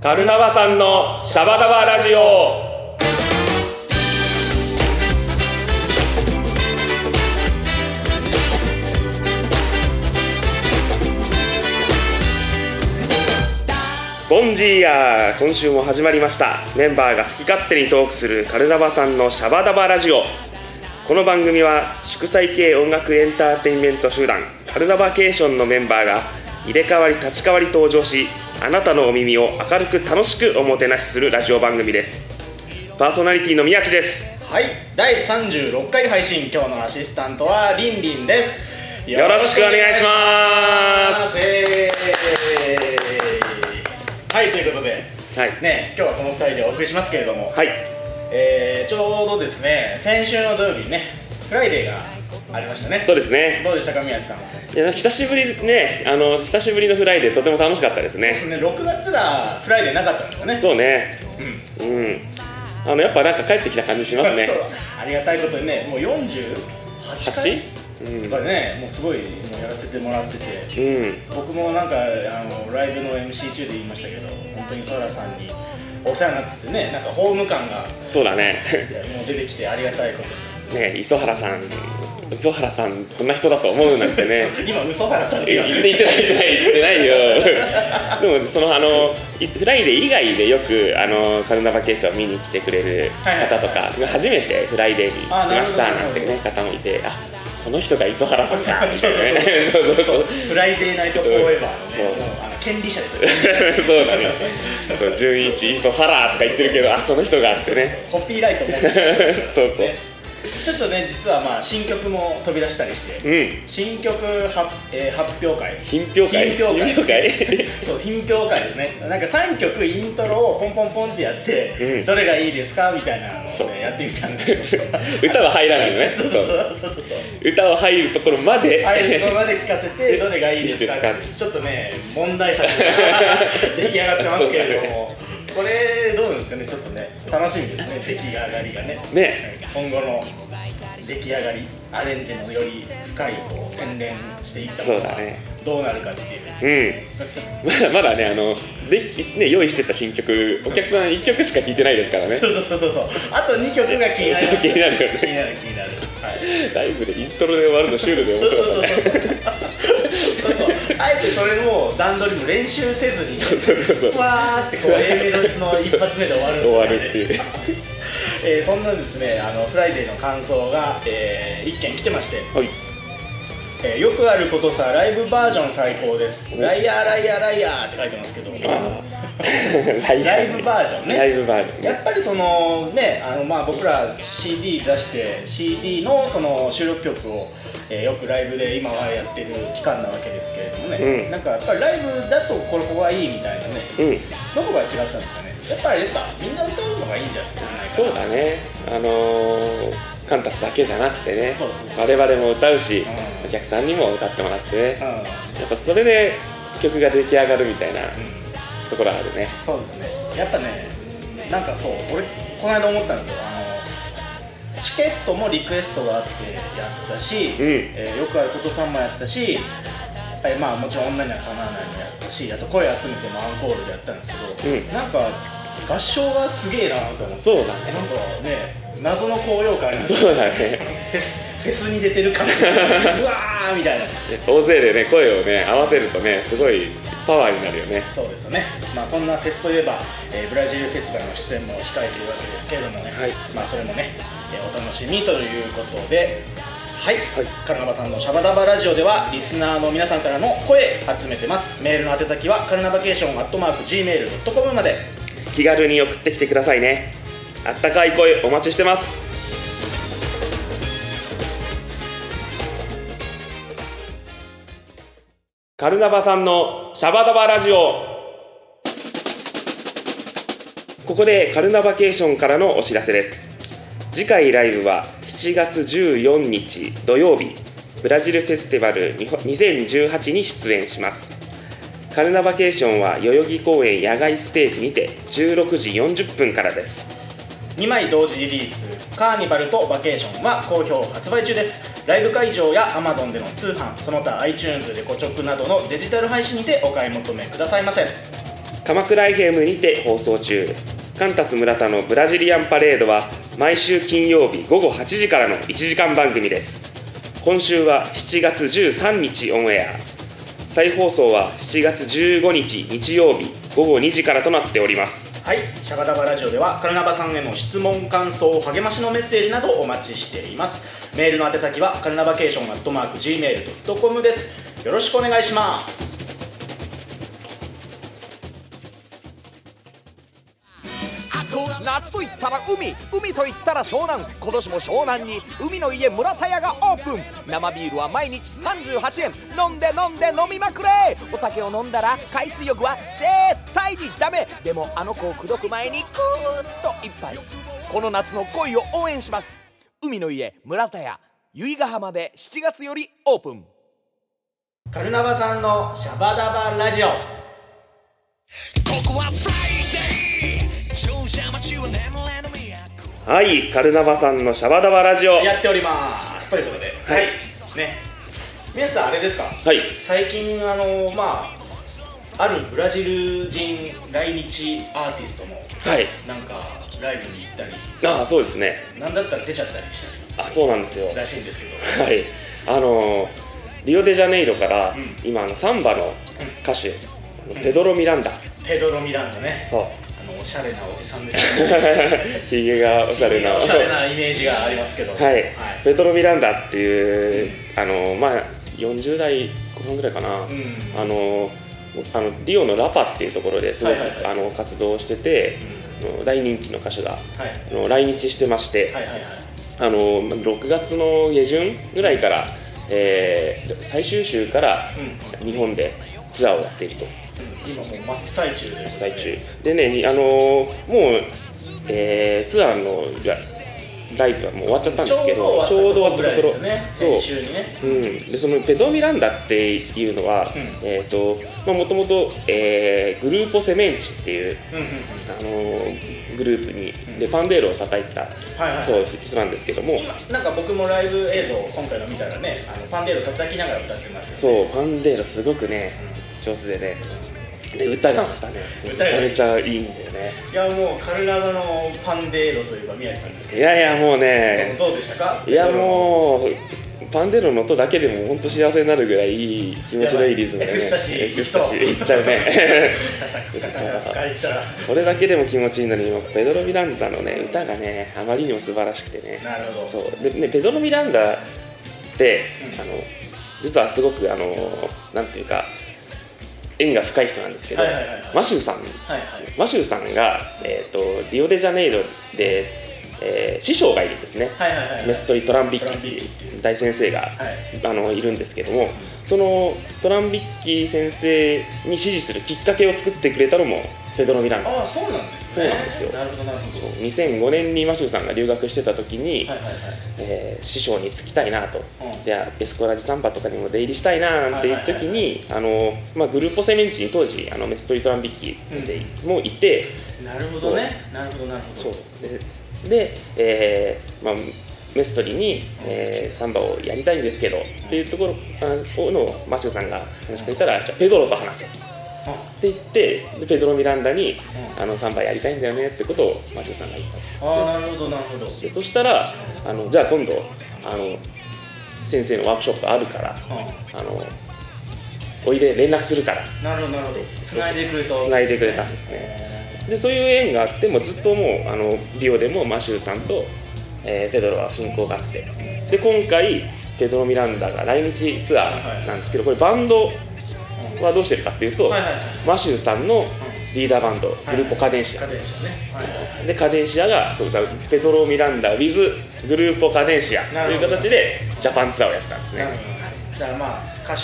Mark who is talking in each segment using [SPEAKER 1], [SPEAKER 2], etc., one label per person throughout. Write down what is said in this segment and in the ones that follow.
[SPEAKER 1] カルナバさんのシャバダバラジオボンジーヤー今週も始まりましたメンバーが好き勝手にトークするカルナバさんのシャバダバラジオこの番組は祝祭系音楽エンターテインメント集団カルナバケーションのメンバーが入れ替わり立ち替わり登場しあなたのお耳を明るく楽しくおもてなしするラジオ番組ですパーソナリティの宮地です
[SPEAKER 2] はい、第36回配信、今日のアシスタントはりんりんです。
[SPEAKER 1] よろしくお願いします
[SPEAKER 2] す。えーはい、ということで、
[SPEAKER 1] はい
[SPEAKER 2] ね、今日はこの2人でお送りしますけれども、
[SPEAKER 1] はい
[SPEAKER 2] えーちょうどですね、先週の土曜日にね、フライデーがありましたね。
[SPEAKER 1] そうですね
[SPEAKER 2] どうでしたか、宮地さん。ね、
[SPEAKER 1] いや久しぶりねあの久しぶりのフライデーとても楽しかったですね
[SPEAKER 2] 6月がフライデーなかったんですよね。
[SPEAKER 1] そうね
[SPEAKER 2] うん
[SPEAKER 1] うんあのやっぱなんか帰ってきた感じしますね
[SPEAKER 2] そうありがたいことにねもう48回
[SPEAKER 1] うん
[SPEAKER 2] とかね、もうすごいもうやらせてもらってて
[SPEAKER 1] うん
[SPEAKER 2] 僕もなんかあのライブの MC 中で言いましたけど本当にソラさんにお世話になっててねなんかホーム感が
[SPEAKER 1] そうだね
[SPEAKER 2] いやもう出てきてありがたいこと
[SPEAKER 1] ね磯原さん磯原さんこんな人だと思うなんてね
[SPEAKER 2] 今嘘原さんって
[SPEAKER 1] 言
[SPEAKER 2] 言わ
[SPEAKER 1] って言ってない言ってない言ってないよ でもそのあのいフライデー以外でよくあのカルナバケーション見に来てくれる方とか初めてフライデーに来
[SPEAKER 2] あなる
[SPEAKER 1] ま
[SPEAKER 2] ほ
[SPEAKER 1] し
[SPEAKER 2] ど
[SPEAKER 1] たなんてね方もいてあこの人が磯原さんか みたいなねそうそう そう
[SPEAKER 2] フライデーナイトフォーエバーのね
[SPEAKER 1] うんそう
[SPEAKER 2] もうあの権利者ですよ
[SPEAKER 1] そうだねそう純一磯原とか言ってるけどあこの人がってね
[SPEAKER 2] コピーライトも、
[SPEAKER 1] そうそう、
[SPEAKER 2] ねちょっとね実はまあ新曲も飛び出したりして
[SPEAKER 1] うん
[SPEAKER 2] 新曲発,、えー発表会
[SPEAKER 1] 品評会
[SPEAKER 2] 品評会
[SPEAKER 1] 品評会
[SPEAKER 2] そう品評会ですねなんか3曲イントロをポンポンポンってやって、
[SPEAKER 1] うん
[SPEAKER 2] どれがいいですかみたいなのを、
[SPEAKER 1] そう
[SPEAKER 2] ね、やってみたんですけど
[SPEAKER 1] 歌は入らないのね
[SPEAKER 2] そうそうそうそうそう
[SPEAKER 1] 歌を入るところまで
[SPEAKER 2] あれ今まで聞かせてどれがいいですか
[SPEAKER 1] いいです
[SPEAKER 2] ちょっとね問題作が出来上がってますけれ ども、これどうですかねちょっとね楽しみですね出来上がりがね
[SPEAKER 1] ね
[SPEAKER 2] 今後の出来上がりアレンジのより深いこう洗練していったもの
[SPEAKER 1] そうだ
[SPEAKER 2] が
[SPEAKER 1] ね
[SPEAKER 2] どうなるかっていう
[SPEAKER 1] うんまだまだねあのでね用意してた新曲お客さん1曲しか聴いてないですからね
[SPEAKER 2] そうそうそうそうそう。あと二曲が気にな
[SPEAKER 1] そう
[SPEAKER 2] る。
[SPEAKER 1] 気になるよね
[SPEAKER 2] 気になる気になる。はい。
[SPEAKER 1] ライブでイントロで終わるのシュールで面
[SPEAKER 2] そう
[SPEAKER 1] 白
[SPEAKER 2] そうそう
[SPEAKER 1] かったね
[SPEAKER 2] そう。そうそうあえてそれも段取りも練習せずに、
[SPEAKER 1] そうそうそうそう
[SPEAKER 2] わーってこう A メロの一発目で終わるんです
[SPEAKER 1] 終
[SPEAKER 2] ね
[SPEAKER 1] わるっていう
[SPEAKER 2] えーそんなですね、あのフライデーの感想が、えー、一件来てまして、
[SPEAKER 1] はい
[SPEAKER 2] えーよくあることさ、ライブバージョン最高です。
[SPEAKER 1] お
[SPEAKER 2] ライヤーライヤーライヤーって書いてますけど。
[SPEAKER 1] あーライ
[SPEAKER 2] ライブバージョンね
[SPEAKER 1] ライブバージョン
[SPEAKER 2] や
[SPEAKER 1] ね
[SPEAKER 2] っぱりそのねあのまあ僕ら CD 出して CD のその収録曲を、えーよくライブで今はやってる期間なわけですけれどもね、
[SPEAKER 1] うん
[SPEAKER 2] なんかやっぱりライブだとここがいいみたいなね
[SPEAKER 1] うん
[SPEAKER 2] どこが違ったんですかねやっぱりあれですかみんな歌うのがいいんじゃないかな
[SPEAKER 1] そうだねあのーカンタスだけじゃなくてね
[SPEAKER 2] そうそうそ
[SPEAKER 1] 我々も歌うし
[SPEAKER 2] うん
[SPEAKER 1] お客さんにも歌ってもらってね
[SPEAKER 2] うん、うん、
[SPEAKER 1] やっぱそれで曲が出来上がるみたいなところはあるね
[SPEAKER 2] そうですねやっぱねなんかそう俺この間思ったんですよあのチケットもリクエストがあってやったし、
[SPEAKER 1] うん
[SPEAKER 2] えーよくあることさんもやったし、えーまあもちろん女にはかなわないもやったしあと声集めてもアンコールでやったんですけど、
[SPEAKER 1] うん
[SPEAKER 2] なんか合唱がすげえなと思って
[SPEAKER 1] そうだ
[SPEAKER 2] なん
[SPEAKER 1] ね
[SPEAKER 2] かね謎の高揚感あります
[SPEAKER 1] そうだね
[SPEAKER 2] フェスフェスに出てる 感じうわーみたいな
[SPEAKER 1] 大勢でね声をね合わせるとねすごいパワーになるよね
[SPEAKER 2] そうですよねまあそんなフェスといえば、えーブラジルフェスティバルの出演も控えているわけですけれどもね、
[SPEAKER 1] はい
[SPEAKER 2] まあそれもね、えーお楽しみということではい、
[SPEAKER 1] はい
[SPEAKER 2] カルナバさんのシャバダバラジオではリスナーの皆さんからの声集めてますメールの宛先はカルナバケーションアットマーク Gmail.com まで
[SPEAKER 1] 気軽に送ってきてくださいねあったかい声お待ちしてますカルナバさんのシャバダバラジオここでカルナバケーションからのお知らせです次回ライブは7月14日土曜日ブラジルフェスティバル2018に出演しますカルナバケーションは代々木公園野外ステージにて16時40分からです
[SPEAKER 2] 2枚同時リリース「カーニバル」と「バケーション」は好評発売中ですライブ会場や Amazon での通販その他 iTunes レコチョクなどのデジタル配信にてお買い求めくださいませ
[SPEAKER 1] 鎌倉 FM にて放送中カンタス村田のブラジリアンパレードは毎週金曜日午後8時からの1時間番組です今週は7月13日オンエア再放送は7月15日日曜日午後2時からとなっております
[SPEAKER 2] はい、シャバダバラジオでは、カルナバさんへの質問、感想、励ましのメッセージなどお待ちしています。メールの宛先は、カルナバケーションアットマーク Gmail.com です。よろしくお願いします。
[SPEAKER 3] 夏といったら海海といったら湘南今年も湘南に海の家村田屋がオープン生ビールは毎日38円飲んで飲んで飲みまくれお酒を飲んだら海水浴は絶対にダメでもあの子を口説く前にクーッと一杯この夏の恋を応援します海の家村田屋由比ヶ浜で7月よりオープン
[SPEAKER 2] カルナバさんのシャバダバラジオ。
[SPEAKER 4] ここはフライデー長者町は眠れぬ都
[SPEAKER 1] はいカルナバさんのシャバダバラジオ
[SPEAKER 2] やっております。ということで、
[SPEAKER 1] は
[SPEAKER 2] はいい。ね。皆さん、あれですか
[SPEAKER 1] はい
[SPEAKER 2] 最近、あの、まあ、あるブラジル人来日アーティストの、
[SPEAKER 1] はい
[SPEAKER 2] なんか、ライブに行ったり、
[SPEAKER 1] ああそうですね
[SPEAKER 2] なんだったら出ちゃったりした
[SPEAKER 1] あそうなんですよ
[SPEAKER 2] りらしいんですけど。
[SPEAKER 1] はいあのーリオデジャネイロから、
[SPEAKER 2] ん
[SPEAKER 1] 今あのサンバの歌手、あのペドロ・ミランダ
[SPEAKER 2] ペドロ・ミランダね
[SPEAKER 1] そう
[SPEAKER 2] あのおしゃれなおじさんですね
[SPEAKER 1] ひげがおしゃれな
[SPEAKER 2] おしゃれなイメージがありますけど
[SPEAKER 1] はい、ペトロ・ミランダっていう、あのまあ、40代後半ぐらいかな、
[SPEAKER 2] ん
[SPEAKER 1] あのあのリオのラパっていうところですごく、
[SPEAKER 2] はいはいはい
[SPEAKER 1] あの活動をしてて、あの大人気の歌手が
[SPEAKER 2] はい
[SPEAKER 1] あの来日してまして、
[SPEAKER 2] はいはいはい
[SPEAKER 1] あの6月の下旬ぐらいから、えー最終週から
[SPEAKER 2] う
[SPEAKER 1] 日本でツアーをやっていると。
[SPEAKER 2] 今もう真っ最中です
[SPEAKER 1] 最中でねにあのーもう、えーツアーのラライブはもう終わっちゃったん
[SPEAKER 2] ち
[SPEAKER 1] で
[SPEAKER 2] ょ
[SPEAKER 1] すけ
[SPEAKER 2] う
[SPEAKER 1] ど
[SPEAKER 2] ど
[SPEAKER 1] ちょうど終
[SPEAKER 2] 終
[SPEAKER 1] わ
[SPEAKER 2] わ
[SPEAKER 1] っ
[SPEAKER 2] ったた
[SPEAKER 1] と
[SPEAKER 2] と
[SPEAKER 1] こ
[SPEAKER 2] こ
[SPEAKER 1] ろ
[SPEAKER 2] ろですね
[SPEAKER 1] そう
[SPEAKER 2] 先週にね
[SPEAKER 1] うん、でそのペドミランダっていうのは
[SPEAKER 2] うん
[SPEAKER 1] えーとまあもともとえーグルーポ・セメンチっていう、
[SPEAKER 2] うんうんうん
[SPEAKER 1] あのーグループにでパンデールを叩いてた、
[SPEAKER 2] はいはい
[SPEAKER 1] そう人なんですけども
[SPEAKER 2] 今なんか僕もライブ映像今回の見たらねあのパンデール叩きながら歌ってますよ
[SPEAKER 1] そうパンデールすごくね上手でねで歌がまたねめち
[SPEAKER 2] 歌が
[SPEAKER 1] ゃめちゃいいんだよね
[SPEAKER 2] いやもうカルラガのパンデーロといえば宮城さんですけ
[SPEAKER 1] いやいやもうね
[SPEAKER 2] どどうでしたか
[SPEAKER 1] いやもうパンデロの音だけでも本当幸せになるぐらいいい気持ちのいいリズムだよね
[SPEAKER 2] エクスタシー
[SPEAKER 1] エクスタシー
[SPEAKER 2] い
[SPEAKER 1] い
[SPEAKER 2] っ
[SPEAKER 1] っ
[SPEAKER 2] そう
[SPEAKER 1] ちゃ うね
[SPEAKER 2] 叩きながら使いたら
[SPEAKER 1] これだけでも気持ちいいのにもうペドロ・ミランダのね歌がねあまりにも素晴らしくてね
[SPEAKER 2] なるほど
[SPEAKER 1] そうでねペドロ・ミランダって、
[SPEAKER 2] うん
[SPEAKER 1] あの実はすごくあのなんていうか縁が深い人なんですけど、
[SPEAKER 2] はいはいはいはい
[SPEAKER 1] マシューさん
[SPEAKER 2] はいはい
[SPEAKER 1] マシューさんが、えー、とリオデジャネイロで、えー師匠がいるんですね、
[SPEAKER 2] はいはいはい
[SPEAKER 1] メストリ・トランビッキ
[SPEAKER 2] トランビッキ
[SPEAKER 1] っ
[SPEAKER 2] って
[SPEAKER 1] て
[SPEAKER 2] い
[SPEAKER 1] いうう大先生が、
[SPEAKER 2] い
[SPEAKER 1] あのいるんですけどもそのトランビッキ先生に支持するきっかけを作ってくれたのもペドロ・ミランダ
[SPEAKER 2] ああそうなんです
[SPEAKER 1] そう
[SPEAKER 2] ね
[SPEAKER 1] なんですよ
[SPEAKER 2] なるほどなるほど
[SPEAKER 1] 2005年にマシューさんが留学してた時に、
[SPEAKER 2] はいはいはい
[SPEAKER 1] えー師匠に就きたいなと、
[SPEAKER 2] うん
[SPEAKER 1] じゃあベスコラジサンバとかにも出入りしたいななんていう時にあのまあグルーポセメンチに当時あのメストリ・トランビッキ先生もいて、
[SPEAKER 2] なるほどねなるほどなるほ
[SPEAKER 1] そ
[SPEAKER 2] ど
[SPEAKER 1] うでで、えーまあ、メストリに、えーサンバをやりたいんですけどっていうところあをのマシューさんが話しかけたら、じゃあペドロと話せって
[SPEAKER 2] あ
[SPEAKER 1] 言ってでペドロ・ミランダに、
[SPEAKER 2] うん
[SPEAKER 1] あのサンバやりたいんだよねってことをマシューさんが言った
[SPEAKER 2] あーなるほどなるほど
[SPEAKER 1] でそしたらあのじゃあ今度あの先生のワークショップあるから
[SPEAKER 2] う
[SPEAKER 1] あのおいで連絡するから
[SPEAKER 2] んなるほどなるほど繋いでくれた
[SPEAKER 1] 繋いでくれたんですねでそういう縁があってもうずっともうあのリオでもマシューさんと、えーペドロは親交があってで今回ペドロ・ミランダが来日ツアーなんですけどこれバンドはどうしてるかっていうと、
[SPEAKER 2] はいはいはい
[SPEAKER 1] マシューさんのリーダーバンドグループカデンシア
[SPEAKER 2] 家電車ねはいはいはい
[SPEAKER 1] でカデンシアがそうだペトロ・ミランダ with グルーポ・カデンシアと
[SPEAKER 2] なる
[SPEAKER 1] い
[SPEAKER 2] ほ
[SPEAKER 1] う
[SPEAKER 2] ど
[SPEAKER 1] 形でジャパンツアーをやってたんです
[SPEAKER 2] なる
[SPEAKER 1] ね
[SPEAKER 2] ほどはいだからまあ歌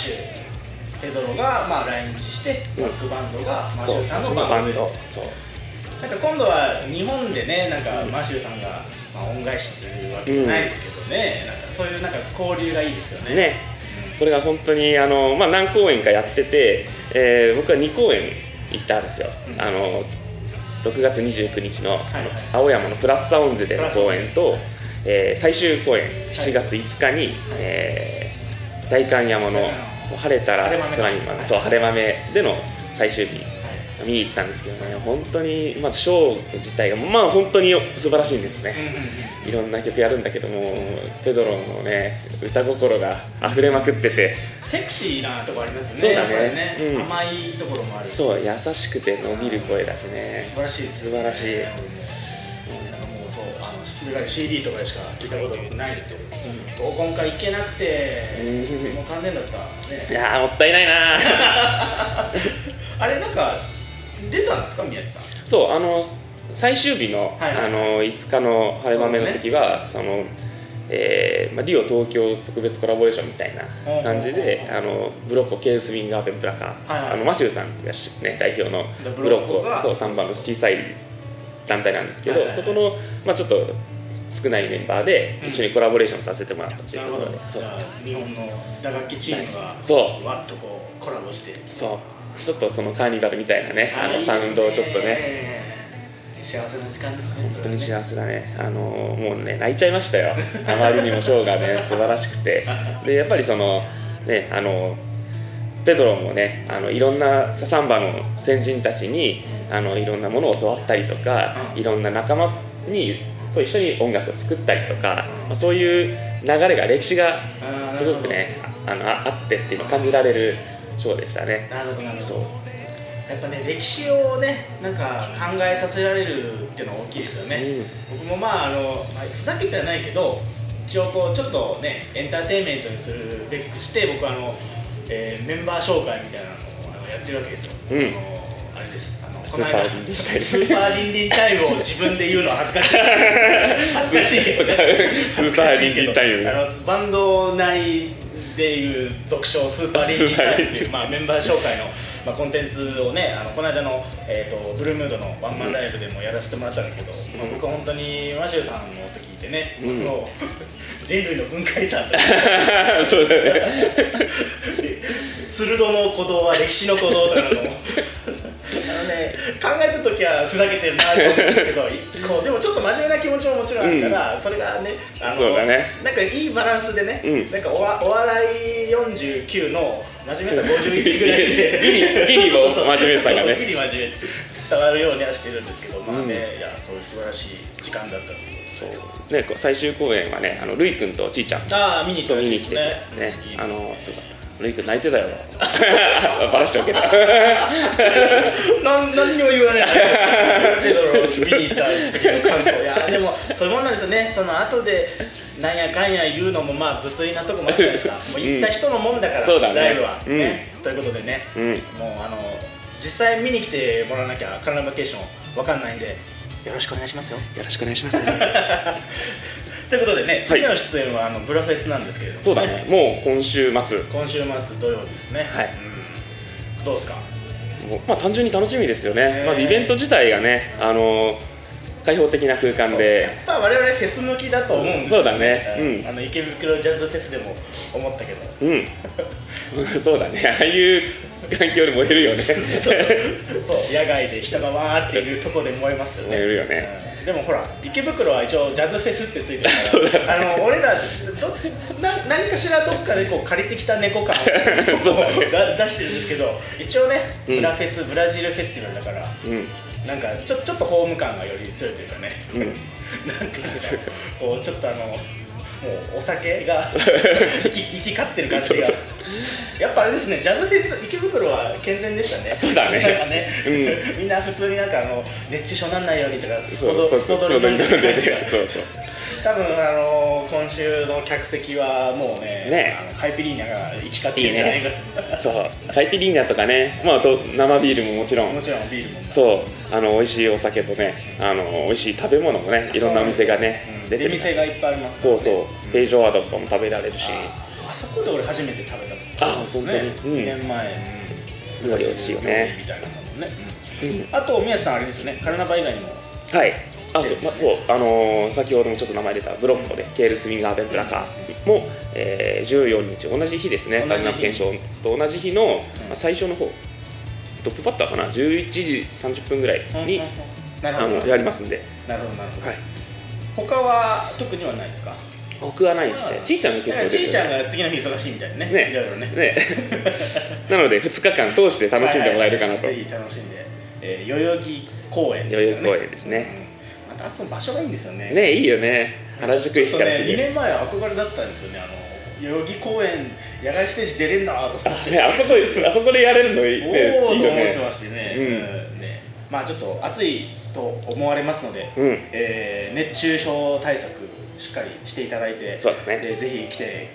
[SPEAKER 2] 手ペドロがまあ来日して
[SPEAKER 1] うん
[SPEAKER 2] バックバンドがマシ
[SPEAKER 1] そ
[SPEAKER 2] ュ
[SPEAKER 1] う
[SPEAKER 2] ーさん
[SPEAKER 1] そ
[SPEAKER 2] の
[SPEAKER 1] の
[SPEAKER 2] バ
[SPEAKER 1] バ
[SPEAKER 2] ン
[SPEAKER 1] ン
[SPEAKER 2] ド
[SPEAKER 1] ド
[SPEAKER 2] です
[SPEAKER 1] そう
[SPEAKER 2] なんか今度は日本でねなんかマシューさんがまあ恩返しっていうわけじゃないですけどねなんかそういうなんか交流がいいですよね
[SPEAKER 1] ねこれが本当にあの、まあ、何公演かやってて、えー僕は2公演行ったんですよ、
[SPEAKER 2] うん
[SPEAKER 1] あの6月29日の
[SPEAKER 2] いはい
[SPEAKER 1] 青山のプラスサウンズでの公演と、えー最終公演
[SPEAKER 2] はい
[SPEAKER 1] 7月5日に、えー代官山の
[SPEAKER 2] はい
[SPEAKER 1] 「もう晴れたら
[SPEAKER 2] 晴れ豆か
[SPEAKER 1] 空に舞う
[SPEAKER 2] はい
[SPEAKER 1] そう晴れ豆での最終日
[SPEAKER 2] はい
[SPEAKER 1] 見に行ったんですけどね本当にまずショー自体がまあ本当に素晴らしいんですね、いろんな曲やるんだけどもペドロのね歌心が溢れまくってて
[SPEAKER 2] セクシーなとこありますね
[SPEAKER 1] そうだね
[SPEAKER 2] やっぱり
[SPEAKER 1] うん
[SPEAKER 2] 甘いところもある素
[SPEAKER 1] そう優しくて伸びる声だしね
[SPEAKER 2] 晴らしいです
[SPEAKER 1] 素晴らしい
[SPEAKER 2] 俺もなんかもうそうあのそれから CD とかでしか聞いたことないですけど、そう今回行けなくて、
[SPEAKER 1] うん
[SPEAKER 2] もう残念だった
[SPEAKER 1] い
[SPEAKER 2] ね
[SPEAKER 1] やーもったいないなー
[SPEAKER 2] あれなんか出たんですか宮地さん
[SPEAKER 1] そうあの最終日の,、
[SPEAKER 2] はいはい
[SPEAKER 1] あの5日の晴れ豆の時はその、えーまあ、リオ東京特別コラボレーションみたいな感じで、
[SPEAKER 2] うん
[SPEAKER 1] あのブロッコケースウィンガーベンプラカー、
[SPEAKER 2] はいはい
[SPEAKER 1] あのマシューさんがし、ね、代表の
[SPEAKER 2] で
[SPEAKER 1] ブロッ
[SPEAKER 2] ブロ
[SPEAKER 1] コ
[SPEAKER 2] ッコが
[SPEAKER 1] そう3番の小さい団体なんですけど、
[SPEAKER 2] はいはいはい
[SPEAKER 1] そこの、まあ、ちょっと少ないメンバーで一緒にコラボレーションさせてもらったって
[SPEAKER 2] な
[SPEAKER 1] いう
[SPEAKER 2] る
[SPEAKER 1] こ
[SPEAKER 2] ほ
[SPEAKER 1] と
[SPEAKER 2] ど
[SPEAKER 1] で、そ
[SPEAKER 2] じ
[SPEAKER 1] う
[SPEAKER 2] ゃあ日本の打楽器チームが
[SPEAKER 1] そう
[SPEAKER 2] わっとこうコラボして
[SPEAKER 1] そうちょっとそのカーニバルみたいなねあのサウンドをちょっとね
[SPEAKER 2] 幸せな時間ですね
[SPEAKER 1] 本当に幸せだね、あのもうね、泣いちゃいましたよ、あまりにもショーがね、素晴らしくて、でやっぱりその、ね、あのペドロもね、あのいろんなササンバの先人たちにあのいろんなものを教わったりとか、いろんな仲間にこう一緒に音楽を作ったりとか、まあそういう流れが、歴史が
[SPEAKER 2] あー
[SPEAKER 1] すごくね、あのああってっていうのを感じられるショーでしたね。
[SPEAKER 2] なるほどなるほ
[SPEAKER 1] そ
[SPEAKER 2] ど
[SPEAKER 1] う
[SPEAKER 2] やっぱね歴史をねなんか考えさせられるっていうのは大きいですよね、僕もまああの、まあふざけてはないけど一応こうちょっとねエンターテインメントにするべくして僕あの、えーメンバー紹介みたいなのをあのやってるわけですよ、
[SPEAKER 1] うん
[SPEAKER 2] あのあれですあの
[SPEAKER 1] ス
[SPEAKER 2] こ
[SPEAKER 1] ー
[SPEAKER 2] の
[SPEAKER 1] パー
[SPEAKER 2] 間
[SPEAKER 1] リンリンタイム
[SPEAKER 2] スーパーリンリンタイムを自分で言うのは恥ずかしい恥ずかしいけどね
[SPEAKER 1] スーパーリンリンタイム
[SPEAKER 2] あのバンド内でいう俗称スーパーリンリンタイムっていう、 まあ、メンバー紹介の、まあ、コンテンツをねあのこの間の、えー、とブルームードのワンマンライブでもやらせてもらったんですけど、まあ僕は本当にマシューさんの音聞いてね、
[SPEAKER 1] うん
[SPEAKER 2] もう人類の文化遺産と
[SPEAKER 1] そうだね
[SPEAKER 2] 鋭の鼓動は歴史の鼓動とかのあのね考えた時はふざけてるなと思うんですけど一個でもちょっと真面目な気持ちももちろんあるから、それがねあの
[SPEAKER 1] そうだね
[SPEAKER 2] なんかいいバランスでね、
[SPEAKER 1] うん
[SPEAKER 2] なんかおわお笑い49の真面目さ51ぐらいで
[SPEAKER 1] ギリギリの真面目さがね
[SPEAKER 2] そうそうギリ真面目って伝わるようにはしてるんですけどまあね、いやそういう素晴らしい時間だったと思う
[SPEAKER 1] そうねこう最終公演はねあのルイ君とちいちゃん
[SPEAKER 2] ああ見に行った
[SPEAKER 1] と
[SPEAKER 2] ら
[SPEAKER 1] 見
[SPEAKER 2] し
[SPEAKER 1] に
[SPEAKER 2] い
[SPEAKER 1] 来
[SPEAKER 2] です
[SPEAKER 1] て
[SPEAKER 2] ね
[SPEAKER 1] ね
[SPEAKER 2] いい
[SPEAKER 1] あのそうだルイ君泣い てたよバラしておけた
[SPEAKER 2] なん何にも言わないペドロを見に行った時の感想いやでもそういうもんなんですよねその後でなんやかんや言うのもまあ無粋なとこもあるじゃないですかもう行った人のもんだから、
[SPEAKER 1] そうだね
[SPEAKER 2] ライブはね、ということでね、
[SPEAKER 1] うん
[SPEAKER 2] もうあの実際見に来てもらわなきゃカナダバケーションわかんないんでよろしくお願いしますよ
[SPEAKER 1] よろしくお願いします
[SPEAKER 2] ということでね次の出演はあのブラフェスなんですけれども、
[SPEAKER 1] そうだねもう今週末も
[SPEAKER 2] 今週末土曜日ですね
[SPEAKER 1] はい
[SPEAKER 2] うんどうですか
[SPEAKER 1] うまあ単純に楽しみですよ
[SPEAKER 2] ね
[SPEAKER 1] ねまずイベント自体がねあの開放的な空間
[SPEAKER 2] やっ
[SPEAKER 1] で
[SPEAKER 2] ぱ我々フェス向きだと思うんです
[SPEAKER 1] そうだねうん
[SPEAKER 2] あの池袋ジャズフェスでも思ったけど
[SPEAKER 1] うん そうだねああいう環境で燃えるよね
[SPEAKER 2] そう野外で人がわーっているとこで燃えますよね
[SPEAKER 1] 燃えるよね
[SPEAKER 2] うんでもほら池袋は一応ジャズフェスってついてるからあの俺らどな何かしらどっかでこう借りてきた猫感を
[SPEAKER 1] そうだね
[SPEAKER 2] だ出してるんですけど一応ね
[SPEAKER 1] うん
[SPEAKER 2] ブラフェス、ブラジルフェスティバルだから
[SPEAKER 1] うん
[SPEAKER 2] なんかちょちょっとホーム感がより強いというかね、
[SPEAKER 1] ん
[SPEAKER 2] なんかこうちょっとあのもうお 酒が行き行き交ってる感じが
[SPEAKER 1] そう
[SPEAKER 2] やっぱあれですねジャズフェス池袋は健全でしたね
[SPEAKER 1] そうだね
[SPEAKER 2] なんかね、みんな普通になんかあの熱中症にならないようにとかス
[SPEAKER 1] そ
[SPEAKER 2] ポ
[SPEAKER 1] うそう
[SPEAKER 2] ドス
[SPEAKER 1] そ
[SPEAKER 2] ポ
[SPEAKER 1] うそ
[SPEAKER 2] ド
[SPEAKER 1] うそ
[SPEAKER 2] リ
[SPEAKER 1] う
[SPEAKER 2] 飲んでる感じが
[SPEAKER 1] そうそう
[SPEAKER 2] 多分あの今週の客席はもうね
[SPEAKER 1] ね
[SPEAKER 2] あのカイピリーナが行き交ってるんじゃないか
[SPEAKER 1] そうカイピリーナとかねまああと生ビールももちろん
[SPEAKER 2] もちろんビールも
[SPEAKER 1] そうあの美味しいお酒とねあの美味しい食べ物もねいろんなお店がね
[SPEAKER 2] うん
[SPEAKER 1] 出て
[SPEAKER 2] 出
[SPEAKER 1] る
[SPEAKER 2] 店がいっぱいありますから
[SPEAKER 1] そ
[SPEAKER 2] ね
[SPEAKER 1] うそう平常アドとかも食べられるし
[SPEAKER 2] あそこで俺初めて食べた
[SPEAKER 1] あ本当にうん
[SPEAKER 2] 2年前
[SPEAKER 1] 料理美味しいよね
[SPEAKER 2] みたいなものね、あと宮地さんあれですよねカルナバ以外にも
[SPEAKER 1] はいあそう,、まそうあのー先ほどもちょっと名前出たブロッコでケールスウィンガーベンブラカーも、えー14日同じ日ですね
[SPEAKER 2] 同
[SPEAKER 1] カ
[SPEAKER 2] じ
[SPEAKER 1] ル
[SPEAKER 2] 日
[SPEAKER 1] ナ検証と同じ日の、まあ最初の方トップバッターかな11時30分ぐらいに、
[SPEAKER 2] なる
[SPEAKER 1] あ
[SPEAKER 2] ほど
[SPEAKER 1] のやりますんで、
[SPEAKER 2] なるほどなるほど、
[SPEAKER 1] はい、
[SPEAKER 2] 他は特にはないですか
[SPEAKER 1] 僕はないですねちいちゃんが結構出
[SPEAKER 2] な
[SPEAKER 1] て
[SPEAKER 2] かち
[SPEAKER 1] る
[SPEAKER 2] いちゃんが次の日忙しいみたいなね
[SPEAKER 1] ね
[SPEAKER 2] いろいろね
[SPEAKER 1] ねなので2日間通して楽しんでもらえるかなと、
[SPEAKER 2] はいはいはいぜひ楽しんでえー代々木公園
[SPEAKER 1] 代
[SPEAKER 2] で
[SPEAKER 1] 々
[SPEAKER 2] すよ
[SPEAKER 1] 木
[SPEAKER 2] ね
[SPEAKER 1] 公園ですね
[SPEAKER 2] またその場所がいいんですよね
[SPEAKER 1] ねいいよね原宿駅からす
[SPEAKER 2] ちょっとね2
[SPEAKER 1] ぐ
[SPEAKER 2] 年前は憧れだったんですよねあの代々木公園野外ステージ出れんだとか
[SPEAKER 1] あ ねあそこあそこでやれるのいい,、ね
[SPEAKER 2] おお、
[SPEAKER 1] いい
[SPEAKER 2] と
[SPEAKER 1] よ
[SPEAKER 2] 思って
[SPEAKER 1] ね
[SPEAKER 2] ましてね,、
[SPEAKER 1] うん
[SPEAKER 2] うんねまあちょっと暑いと思われますので、
[SPEAKER 1] うん
[SPEAKER 2] えー熱中症対策しっかりしていただいて
[SPEAKER 1] そうだね
[SPEAKER 2] でぜひ来て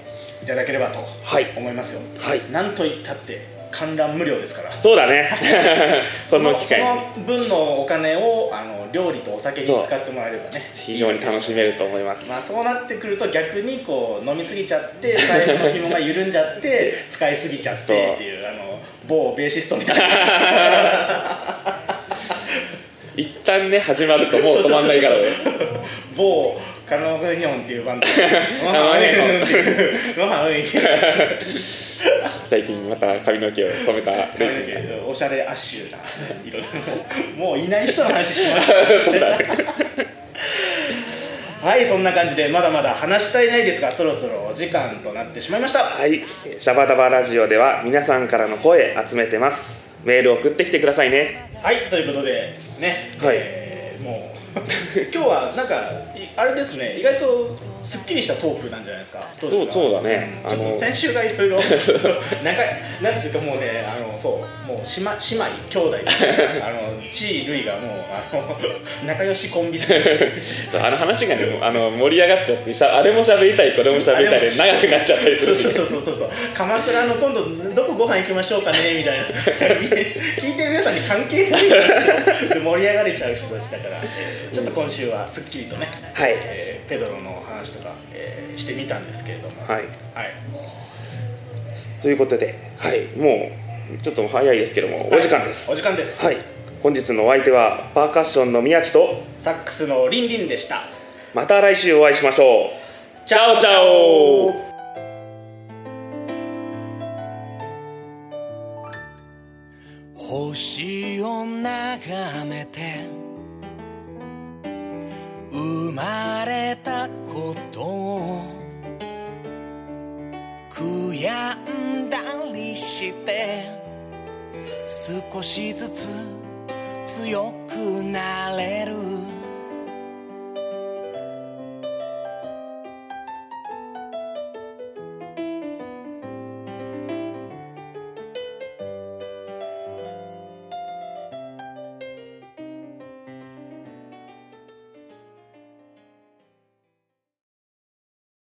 [SPEAKER 2] いただければと
[SPEAKER 1] はい
[SPEAKER 2] 思いますよ、
[SPEAKER 1] はい
[SPEAKER 2] なんといったって観覧無料ですから
[SPEAKER 1] そうだ ねその機会に
[SPEAKER 2] その分のお金をあの料理とお酒に
[SPEAKER 1] そう
[SPEAKER 2] 使ってもらえればね
[SPEAKER 1] 非常に楽しめると思います
[SPEAKER 2] まあ、そうなってくると逆にこう飲みすぎちゃって財布の紐が緩んじゃって 使いすぎちゃってっていうあの某ベーシストみたい な
[SPEAKER 1] 一旦ね始まるともう止まんない からね
[SPEAKER 2] 某カノフニョンっていうバンドノ
[SPEAKER 1] ノフニョン
[SPEAKER 2] っていうノハウニっていう
[SPEAKER 1] 最近また髪の毛を染めた
[SPEAKER 2] 髪の毛おしゃれアッシュな色でもういない人の話しました はいそんな感じでまだまだ話したいないですがそろそろお時間となってしまいました
[SPEAKER 1] はい、シャバダバラジオでは皆さんからの声集めてますメール送ってきてくださいね
[SPEAKER 2] はいということでね、
[SPEAKER 1] はい
[SPEAKER 2] えーもう 今日はなんかいあれですね意外とすっきりしたトークなんじゃないですかどですか
[SPEAKER 1] そうそうだね
[SPEAKER 2] んちょっ
[SPEAKER 1] あの
[SPEAKER 2] と先週が いろいろなんかなんていうかもうねあのそうもう姉妹姉妹兄 弟あの地位類がもうあの 仲良しコンビ すぎて
[SPEAKER 1] そうあの話がねあの盛り上がっちゃってしゃあれも喋りたいこれも喋りたいで長くなっちゃったりす
[SPEAKER 2] そ
[SPEAKER 1] る
[SPEAKER 2] う
[SPEAKER 1] し
[SPEAKER 2] そうそうそうそう鎌倉の今度どこご飯行きましょうかねみたいな 聞いてる皆さんに関係ない話をで盛り上がれちゃう人たちだからちょっと今週はすっきりとね
[SPEAKER 1] はい
[SPEAKER 2] えーペドロの話とか、えーしてみたんですけれども、
[SPEAKER 1] はい
[SPEAKER 2] はい、
[SPEAKER 1] ということで、はい、もうちょっと早いですけどもお時間です
[SPEAKER 2] お時間です、
[SPEAKER 1] はい本日のお相手はパーカッションの宮地と
[SPEAKER 2] サックスのリンリンでした
[SPEAKER 1] また来週お会いしましょうチャオチャオ
[SPEAKER 4] 星を眺めて生まれたことを悔やんだりして少しずつ強くなれる